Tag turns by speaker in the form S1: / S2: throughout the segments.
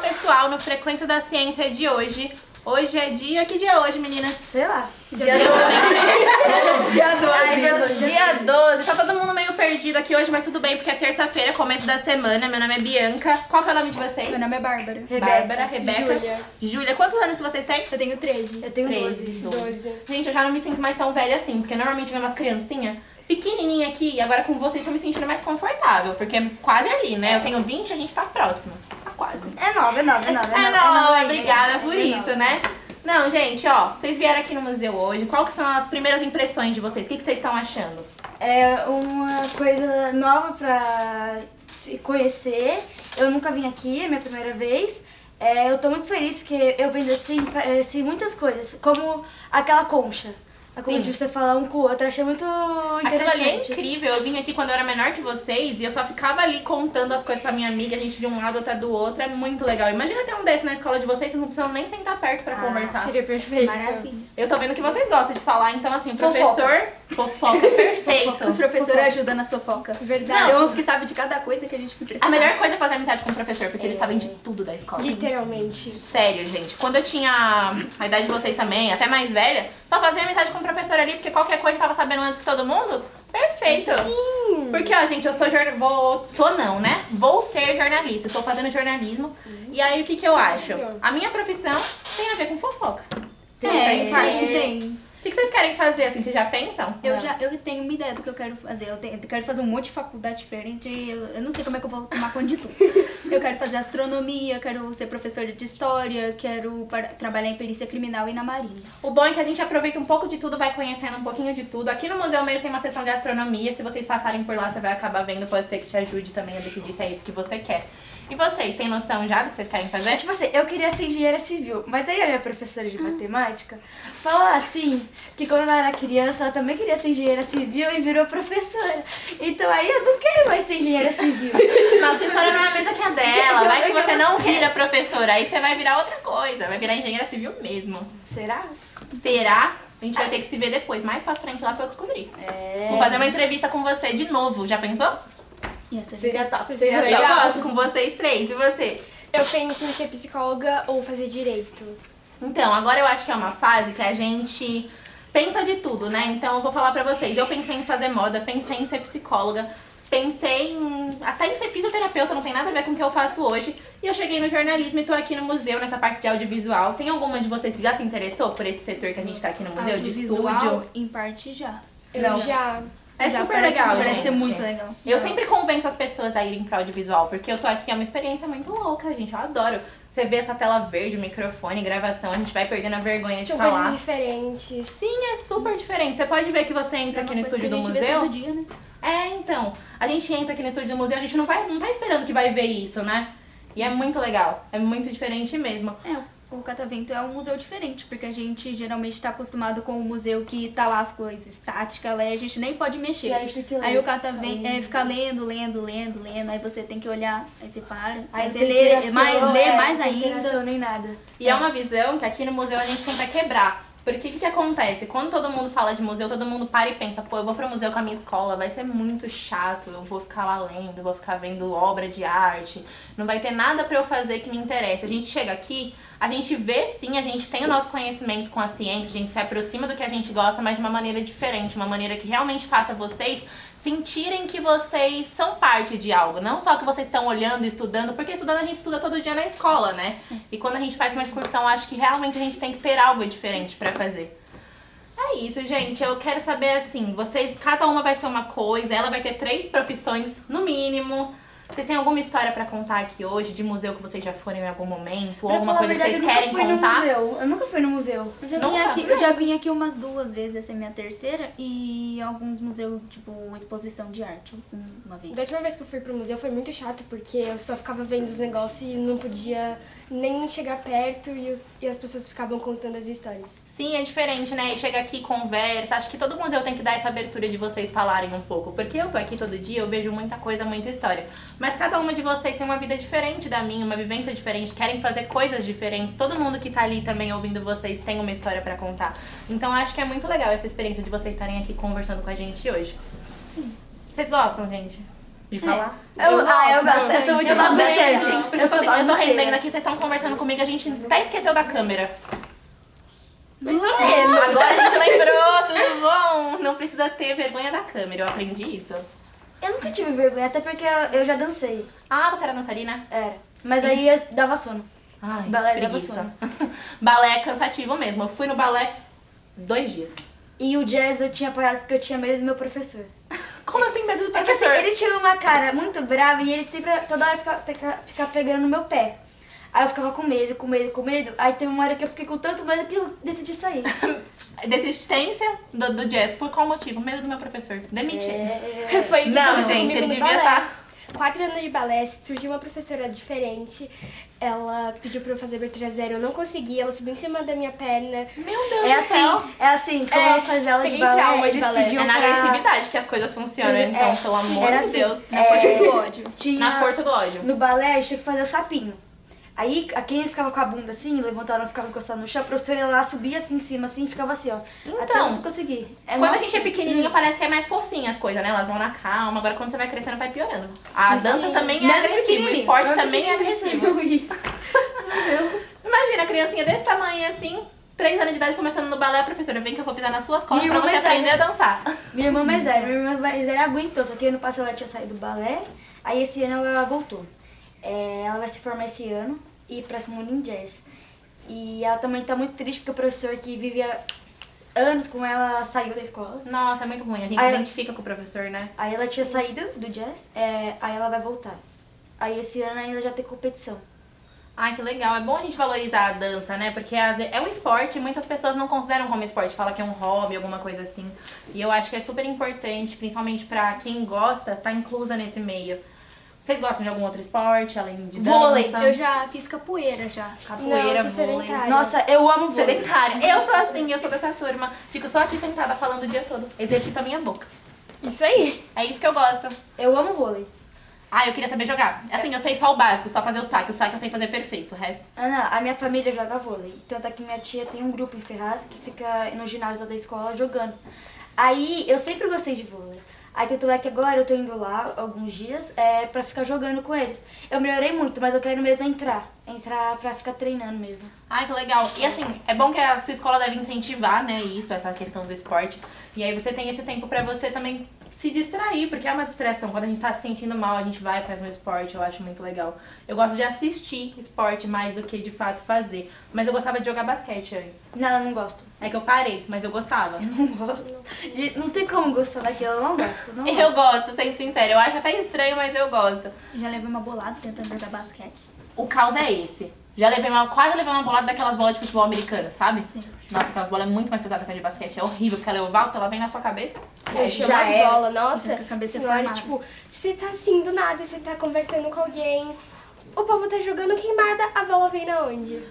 S1: pessoal no Frequência da Ciência de hoje. Hoje é dia. Que dia é hoje, meninas?
S2: Sei lá.
S3: Dia 12. dia 12.
S1: Ai, dia, dia 12. Tá todo mundo meio perdido aqui hoje, mas tudo bem, porque é terça-feira, começo da semana. Meu nome é Bianca. Qual que é o nome de vocês?
S3: Meu nome é Bárbara.
S1: Bárbara, Rebeca.
S3: Júlia.
S1: Júlia, quantos anos que vocês têm?
S3: Eu tenho 13.
S2: Eu tenho
S1: Treze,
S2: 12.
S1: doze.
S3: 12.
S1: Gente, eu já não me sinto mais tão velha assim, porque normalmente vem umas criancinhas pequenininha aqui, e agora com vocês tô me sentindo mais confortável, porque é quase ali, né? Eu tenho 20, a gente tá próximo. Tá quase.
S2: É nova, é nova, é nova.
S1: É,
S2: nova,
S1: não,
S2: ainda.
S1: obrigada por
S2: É nova.
S1: isso, né? Não, gente, ó, vocês vieram aqui no museu hoje, qual que são as primeiras impressões de vocês? O que, que vocês estão achando?
S2: É uma coisa nova pra se conhecer. Eu nunca vim aqui, é minha primeira vez. É, eu tô muito feliz porque eu vendo assim, parece muitas coisas, como aquela concha. A concha
S1: Sim.
S2: de você falar um com o outro, eu achei muito
S1: Aquilo ali é
S2: interessante.
S1: incrível, eu vim aqui quando eu era menor que vocês e eu só ficava ali contando as coisas pra minha amiga, a gente de um lado, outra do outro, é muito legal. Imagina ter um desse na escola de vocês, vocês não precisam nem sentar perto pra conversar.
S3: Seria perfeito.
S2: Maravilha.
S1: Eu tô vendo que vocês gostam de falar, então assim, o
S2: Fofoca.
S1: professor. Fofoca, perfeito.
S3: Os professores ajudam na fofoca. Verdade. Tem uns que sabem de cada coisa que a gente podia
S1: A
S3: saber.
S1: melhor coisa é fazer amizade com o professor, porque eles sabem de tudo da escola.
S3: Literalmente.
S1: Sério, gente. Quando eu tinha a idade de vocês também, até mais velha, só fazia amizade com o professor ali, porque qualquer coisa eu tava sabendo antes que todo mundo. Perfeito. Sim. Porque, ó, gente, eu sou jornal... Vou... Sou não, né? Vou ser jornalista. Estou fazendo jornalismo. E aí, o que que eu acho? A minha profissão tem a ver com fofoca.
S3: Tem,
S1: É,
S3: tem, parte
S1: é.
S3: tem.
S1: O que, que vocês querem fazer, assim? Vocês já pensam?
S4: Eu já eu tenho uma ideia do que eu quero fazer. Eu, tenho- eu quero fazer um monte de faculdade diferente. Eu, eu não sei como é que eu vou tomar conta de tudo. Eu quero fazer astronomia, quero ser professora de história, quero par- trabalhar em perícia criminal e na marinha.
S1: O bom é que a gente aproveita um pouco de tudo, vai conhecendo um pouquinho de tudo. Aqui no museu mesmo tem uma sessão de astronomia. Se vocês passarem por lá, você vai acabar vendo. Pode ser que te ajude também a decidir se é isso que você quer. E vocês, têm noção já do que vocês querem
S2: É
S1: fazer?
S2: tipo assim, eu queria ser engenheira civil, mas aí a minha professora de matemática falou assim, que quando ela era criança, ela também queria ser engenheira civil e virou professora. Então aí eu não quero mais ser engenheira civil.
S1: Mas sua história não é a mesma que a dela. Vai que você não vira professora, aí você vai virar outra coisa. Vai virar engenheira civil mesmo.
S2: Será?
S1: Será? A gente vai ter que se ver depois, mais pra frente lá pra eu descobrir. É. Vou fazer uma entrevista com você de novo. Já pensou?
S4: E essa
S2: Seria top.
S3: Seria
S1: Eu
S3: legal.
S1: gosto com vocês três. E você?
S3: Eu penso em ser psicóloga ou fazer direito.
S1: Então, agora eu acho que é uma fase que a gente pensa de tudo, né? Então eu vou falar pra vocês. Eu pensei em fazer moda, pensei em ser psicóloga, pensei em. até em ser fisioterapeuta, não tem nada a ver com o que eu faço hoje. E eu cheguei no jornalismo e tô aqui no museu, nessa parte de audiovisual. Tem alguma de vocês que já se interessou por esse setor que a gente tá aqui no museu de estúdio?
S4: audiovisual, em parte já.
S3: Eu
S2: Não.
S3: já.
S1: É
S4: já
S1: super
S4: parece,
S1: legal,
S4: Parece ser
S1: gente.
S4: muito legal.
S1: Eu sempre convenço as pessoas a irem pra audiovisual, porque eu tô aqui, é uma experiência muito louca, gente. Eu adoro. Você vê essa tela verde, o microfone, gravação, a gente vai perdendo a vergonha de
S3: São
S1: falar.
S3: coisas diferentes.
S1: Sim, é super diferente. Você pode ver que você entra aqui no
S4: É Uma coisa
S1: estúdio
S4: que
S1: do
S4: a gente vê
S1: museu.
S4: todo dia, né?
S1: É, então. A gente entra aqui no estúdio do museu, a gente não, vai, não tá esperando que vai ver isso, né? E é muito legal. É muito diferente mesmo.
S4: É, o Catavento é um museu diferente, porque a gente geralmente tá acostumado com o museu que tá lá as coisas estáticas, lá, e a gente nem pode mexer.
S2: E aí tem que ler,
S4: aí o Catavento
S2: ficar
S4: é,
S2: lendo.
S4: fica lendo, lendo, lendo, lendo, aí você tem que olhar, aí você para, aí, você
S2: tem
S4: lê, é,
S2: interação,
S4: mais, lê
S2: é,
S4: mais
S2: tem
S4: ainda.
S2: interação nem nada.
S1: E é uma visão que aqui no museu a gente tenta quebrar. Porque o que, que acontece? Quando todo mundo fala de museu, todo mundo para e pensa, pô, eu vou pro museu com a minha escola, vai ser muito chato, eu vou ficar lá lendo, vou ficar vendo obra de arte, não vai ter nada pra eu fazer que me interesse. A gente chega aqui, a gente vê sim, a gente tem o nosso conhecimento com a ciência, a gente se aproxima do que a gente gosta, mas de uma maneira diferente, uma maneira que realmente faça vocês sentirem que vocês são parte de algo, não só que vocês estão olhando, estudando, porque estudando a gente estuda todo dia na escola, né? E quando a gente faz uma excursão, eu acho que realmente a gente tem que ter algo diferente pra fazer. É isso, gente. Eu quero saber assim, vocês, cada uma vai ser uma coisa, ela vai ter três profissões no mínimo. Vocês têm alguma história pra contar aqui hoje de museu que vocês já foram em algum momento, ou
S2: Pra
S1: alguma
S2: falar a
S1: coisa
S2: verdade,
S1: que vocês
S2: eu nunca
S1: querem
S2: fui
S1: contar?
S2: no museu. Eu nunca fui no museu.
S4: Eu já, vim
S1: Nunca?
S4: aqui, eu já vim aqui umas duas vezes, essa é minha terceira, e alguns museus, tipo, exposição de arte, um- uma vez.
S3: Da última vez que eu fui pro museu foi muito chato, porque eu só ficava vendo os negócios e não podia nem chegar perto e, eu- e as pessoas ficavam contando as histórias.
S1: Sim, é diferente, né? E Chega aqui, conversa. Acho que todo museu tem que dar essa abertura de vocês falarem um pouco. Porque eu tô aqui todo dia, eu vejo muita coisa, muita história. Mas cada uma de vocês tem uma vida diferente da minha, uma vivência diferente, querem fazer coisas diferentes. Todo mundo que tá ali também ouvindo vocês tem uma história pra contar. Então acho que é muito legal essa experiência de vocês estarem aqui conversando com a gente hoje. Vocês gostam, gente? de falar.
S4: Eu, ah, eu gosto. Eu sou muito
S1: Eu também,
S4: bagunceira.
S1: gente, porque
S4: Eu sou
S1: eu tô rendendo
S4: bagunceira.
S1: aqui, vocês estão conversando comigo, a gente até esqueceu da câmera.
S4: Mais ou menos.
S1: Agora a gente lembrou, tudo bom? Não precisa ter vergonha da câmera, eu aprendi isso.
S2: Eu nunca tive vergonha, até porque eu, eu já dancei.
S1: Ah, você era dançarina?
S2: Era. Mas aí eu dava sono.
S1: Ai,
S2: Balé dava
S1: preguiça. balé é cansativo mesmo. Eu fui no balé dois dias.
S2: E o jazz eu tinha parado porque eu tinha medo do meu professor.
S1: Como assim, medo do
S2: Porque assim,
S1: professor?
S2: ele tinha uma cara muito brava e ele sempre, toda hora, ficava fica, fica pegando no meu pé. Aí eu ficava com medo, com medo, com medo. Aí teve uma hora que eu fiquei com tanto medo que eu decidi sair.
S1: Desistência do, do jazz. Por qual motivo? Medo do meu professor. Demite.
S3: Foi o que
S1: Não,
S3: aconteceu
S1: gente,
S3: Então, comigo
S1: ele devia
S3: no balé.
S1: tá-
S3: Quatro anos de balé, surgiu uma professora diferente. Ela pediu pra eu fazer abertura zero, eu não consegui. Ela subiu em cima da minha perna.
S1: Meu Deus
S2: É
S1: do céu.
S2: assim, é assim, como
S3: É,
S2: eu fazia aula de
S3: peguei
S2: balé,
S3: trauma de
S2: eles
S3: balé.
S2: pediam
S1: É na
S2: pra-
S1: agressividade que as coisas funcionam,
S2: Pois é,
S1: então,
S2: é,
S1: pelo
S2: sim,
S1: amor
S2: era
S1: de
S2: assim.
S1: Deus.
S4: Na força do É. ódio.
S2: Tinha-
S1: Na força do ódio.
S2: No balé, tinha que fazer o sapinho. Aí, a quem ficava com a bunda assim, levantava, ficava encostado no chão, a professora ia lá, subia assim em cima, assim, e ficava assim, ó. até
S1: Então,
S2: você conseguir. É,
S1: quando a
S2: nossa,
S1: gente é pequenininho, parece que é mais fofinha as coisas, né? Elas vão na calma. Agora, quando você vai crescendo, vai piorando. A dança também é
S2: mesmo
S1: agressiva, o
S2: pequenininho,
S1: esporte
S2: eu
S1: também é
S2: nunca fiz
S1: agressivo.
S2: isso.
S1: Imagina, a criancinha desse tamanho assim, 3 anos de idade, começando no balé, a professora vem que eu vou pisar nas suas costas
S2: Minha
S1: pra
S2: irmã
S1: você
S2: mais
S1: aprender a dançar.
S2: Minha irmã mais velha, minha irmã mais velha aguentou, só que ano passado ela tinha saído do balé, aí esse ano ela voltou. É, ela vai se formar esse ano e ir pra Simone em Jazz. E ela também tá muito triste porque o professor que vivia anos com ela saiu da escola.
S1: Nossa, é muito ruim. A gente
S2: Ai,
S1: se identifica com o professor, né?
S2: Aí ela tinha saído do jazz, é, aí ela vai voltar. Aí esse ano ainda já tem competição.
S1: Ai, que legal. É bom a gente valorizar a dança, né? Porque às ve- é um esporte e muitas pessoas não consideram como esporte. Fala que é um hobby, alguma coisa assim. E eu acho que é super importante, principalmente pra quem gosta, tá inclusa nesse meio. Vocês gostam de algum outro esporte, além de
S2: Vôlei.
S1: dança?
S4: Eu já fiz capoeira já.
S1: Capoeira,
S3: Não, eu sou
S1: vôlei.
S3: sedentária. Ai,
S2: Nossa, eu amo vôlei.
S1: Sedentária. Eu sou assim, eu sou dessa turma. Fico só aqui sentada falando o dia todo. Exercito a minha boca.
S3: Isso aí.
S1: É isso que eu gosto.
S2: Eu amo vôlei.
S1: Ah, eu queria saber jogar. Assim, eu sei só o básico, só fazer o saque. O saque eu sei fazer perfeito, o resto.
S2: Ana, a minha família joga vôlei. Tanto é que minha tia tem um grupo em Ferraz que fica no ginásio da escola jogando. Aí eu sempre gostei de vôlei. Aí tanto é que agora eu tô indo lá alguns dias é, pra ficar jogando com eles. Eu melhorei muito, mas eu quero mesmo entrar. Entrar pra ficar treinando mesmo.
S1: Ai, que legal. E assim, é bom que a sua escola deve incentivar, né, isso, essa questão do esporte. E aí você tem esse tempo pra você também se distrair, porque é uma distração. Quando a gente tá se sentindo mal, a gente vai e faz um esporte, eu acho muito legal. Eu gosto de assistir esporte mais do que de fato fazer. Mas eu gostava de jogar basquete antes.
S2: Não, eu não gosto.
S1: É que eu parei, mas eu gostava.
S2: Não gosto. De- Não tem como gostar daquilo, eu não gosto. Não gosto.
S1: Eu gosto, sendo sincera. Eu acho até estranho, mas eu gosto.
S4: Já levei uma bolada tentando jogar basquete.
S1: O caos é esse. Já levei uma, quase levei uma bolada daquelas bolas de futebol americano, sabe?
S4: Sim.
S1: Nossa, aquelas bolas é muito mais pesadas que a de basquete. É horrível, porque ela é oval, se ela vem na sua cabeça.
S3: Eu
S4: já
S3: chamo as
S4: era.
S3: bolas, nossa.
S4: Fica com a cabeça
S3: senhora,
S4: formada.
S3: tipo, você tá assim do nada, você tá conversando com alguém. O povo tá jogando queimada, a bola vem na onde?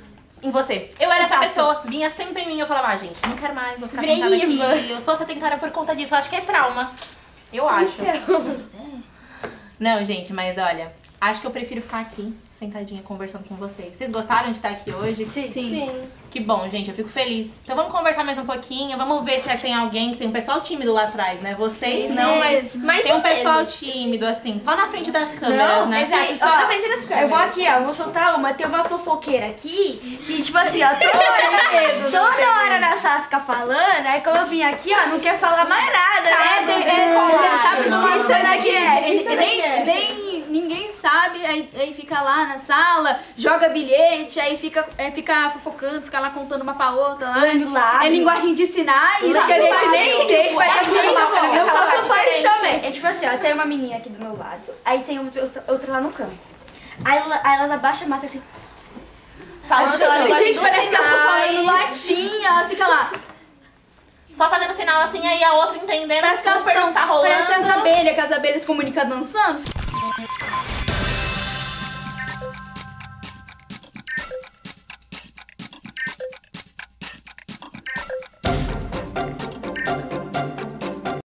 S1: Em você. Eu era essa
S3: Exato.
S1: pessoa. Vinha sempre em mim. Eu falava, ah, gente, não quero mais, vou ficar
S3: Virei
S1: sentada
S3: imã.
S1: aqui. Eu sou sedentária por conta disso. Eu acho que é trauma. Eu acho.
S3: Então,
S4: Pois é.
S1: Não, gente, mas olha, acho que eu prefiro ficar aqui, sentadinha, conversando com vocês. Vocês gostaram de estar aqui hoje? Sim.
S3: sim.
S1: Que bom, gente, eu fico feliz. Então vamos conversar mais um pouquinho, vamos ver se tem alguém que tem um pessoal tímido lá atrás, né? Vocês não, mas, tem
S4: mesmo.
S1: um
S3: Mais ou
S1: pessoal
S3: menos.
S1: tímido, assim, só na frente das câmeras, né?
S2: exato,
S1: só
S2: ó,
S1: na frente das câmeras.
S2: Eu vou aqui, ó, vou soltar uma. Tem uma fofoqueira aqui que, tipo assim, ó, toda hora, toda hora na sala fica falando. Aí, como eu vim aqui, ó, não quer falar mais nada, né?
S4: É, tem- é,
S2: Não,
S4: sabe
S2: não,
S4: numa
S2: isso
S4: coisa
S2: daqui
S4: que
S2: é,
S4: ele-
S2: isso daqui
S4: nem,
S2: é.
S4: nem ninguém sabe, aí, aí fica lá na sala, joga bilhete, aí fica, é, fica fofocando, fica lá contando uma pra outra lá.
S2: Falando lá.
S4: É linguagem de sinais que a gente nem entende, mas é muito bom.
S2: Eu
S4: faço
S2: faço parte também. É tipo assim, ó, tem uma menina aqui do meu lado, aí tem outra, outra- outra lá no canto. Aí, ela- aí elas abaixam a mata assim.
S1: Falando pela linguagem
S4: Gente,
S1: dos
S4: parece que eu tô falando
S1: sinais.
S4: latim, elas ficam lá.
S1: Só fazendo sinal assim, aí tá a outra entendendo
S4: Parece que
S1: super
S4: elas
S1: não
S4: estão.
S1: tá rolando.
S4: Parece as abelhas, que as abelhas se comunicam dançando.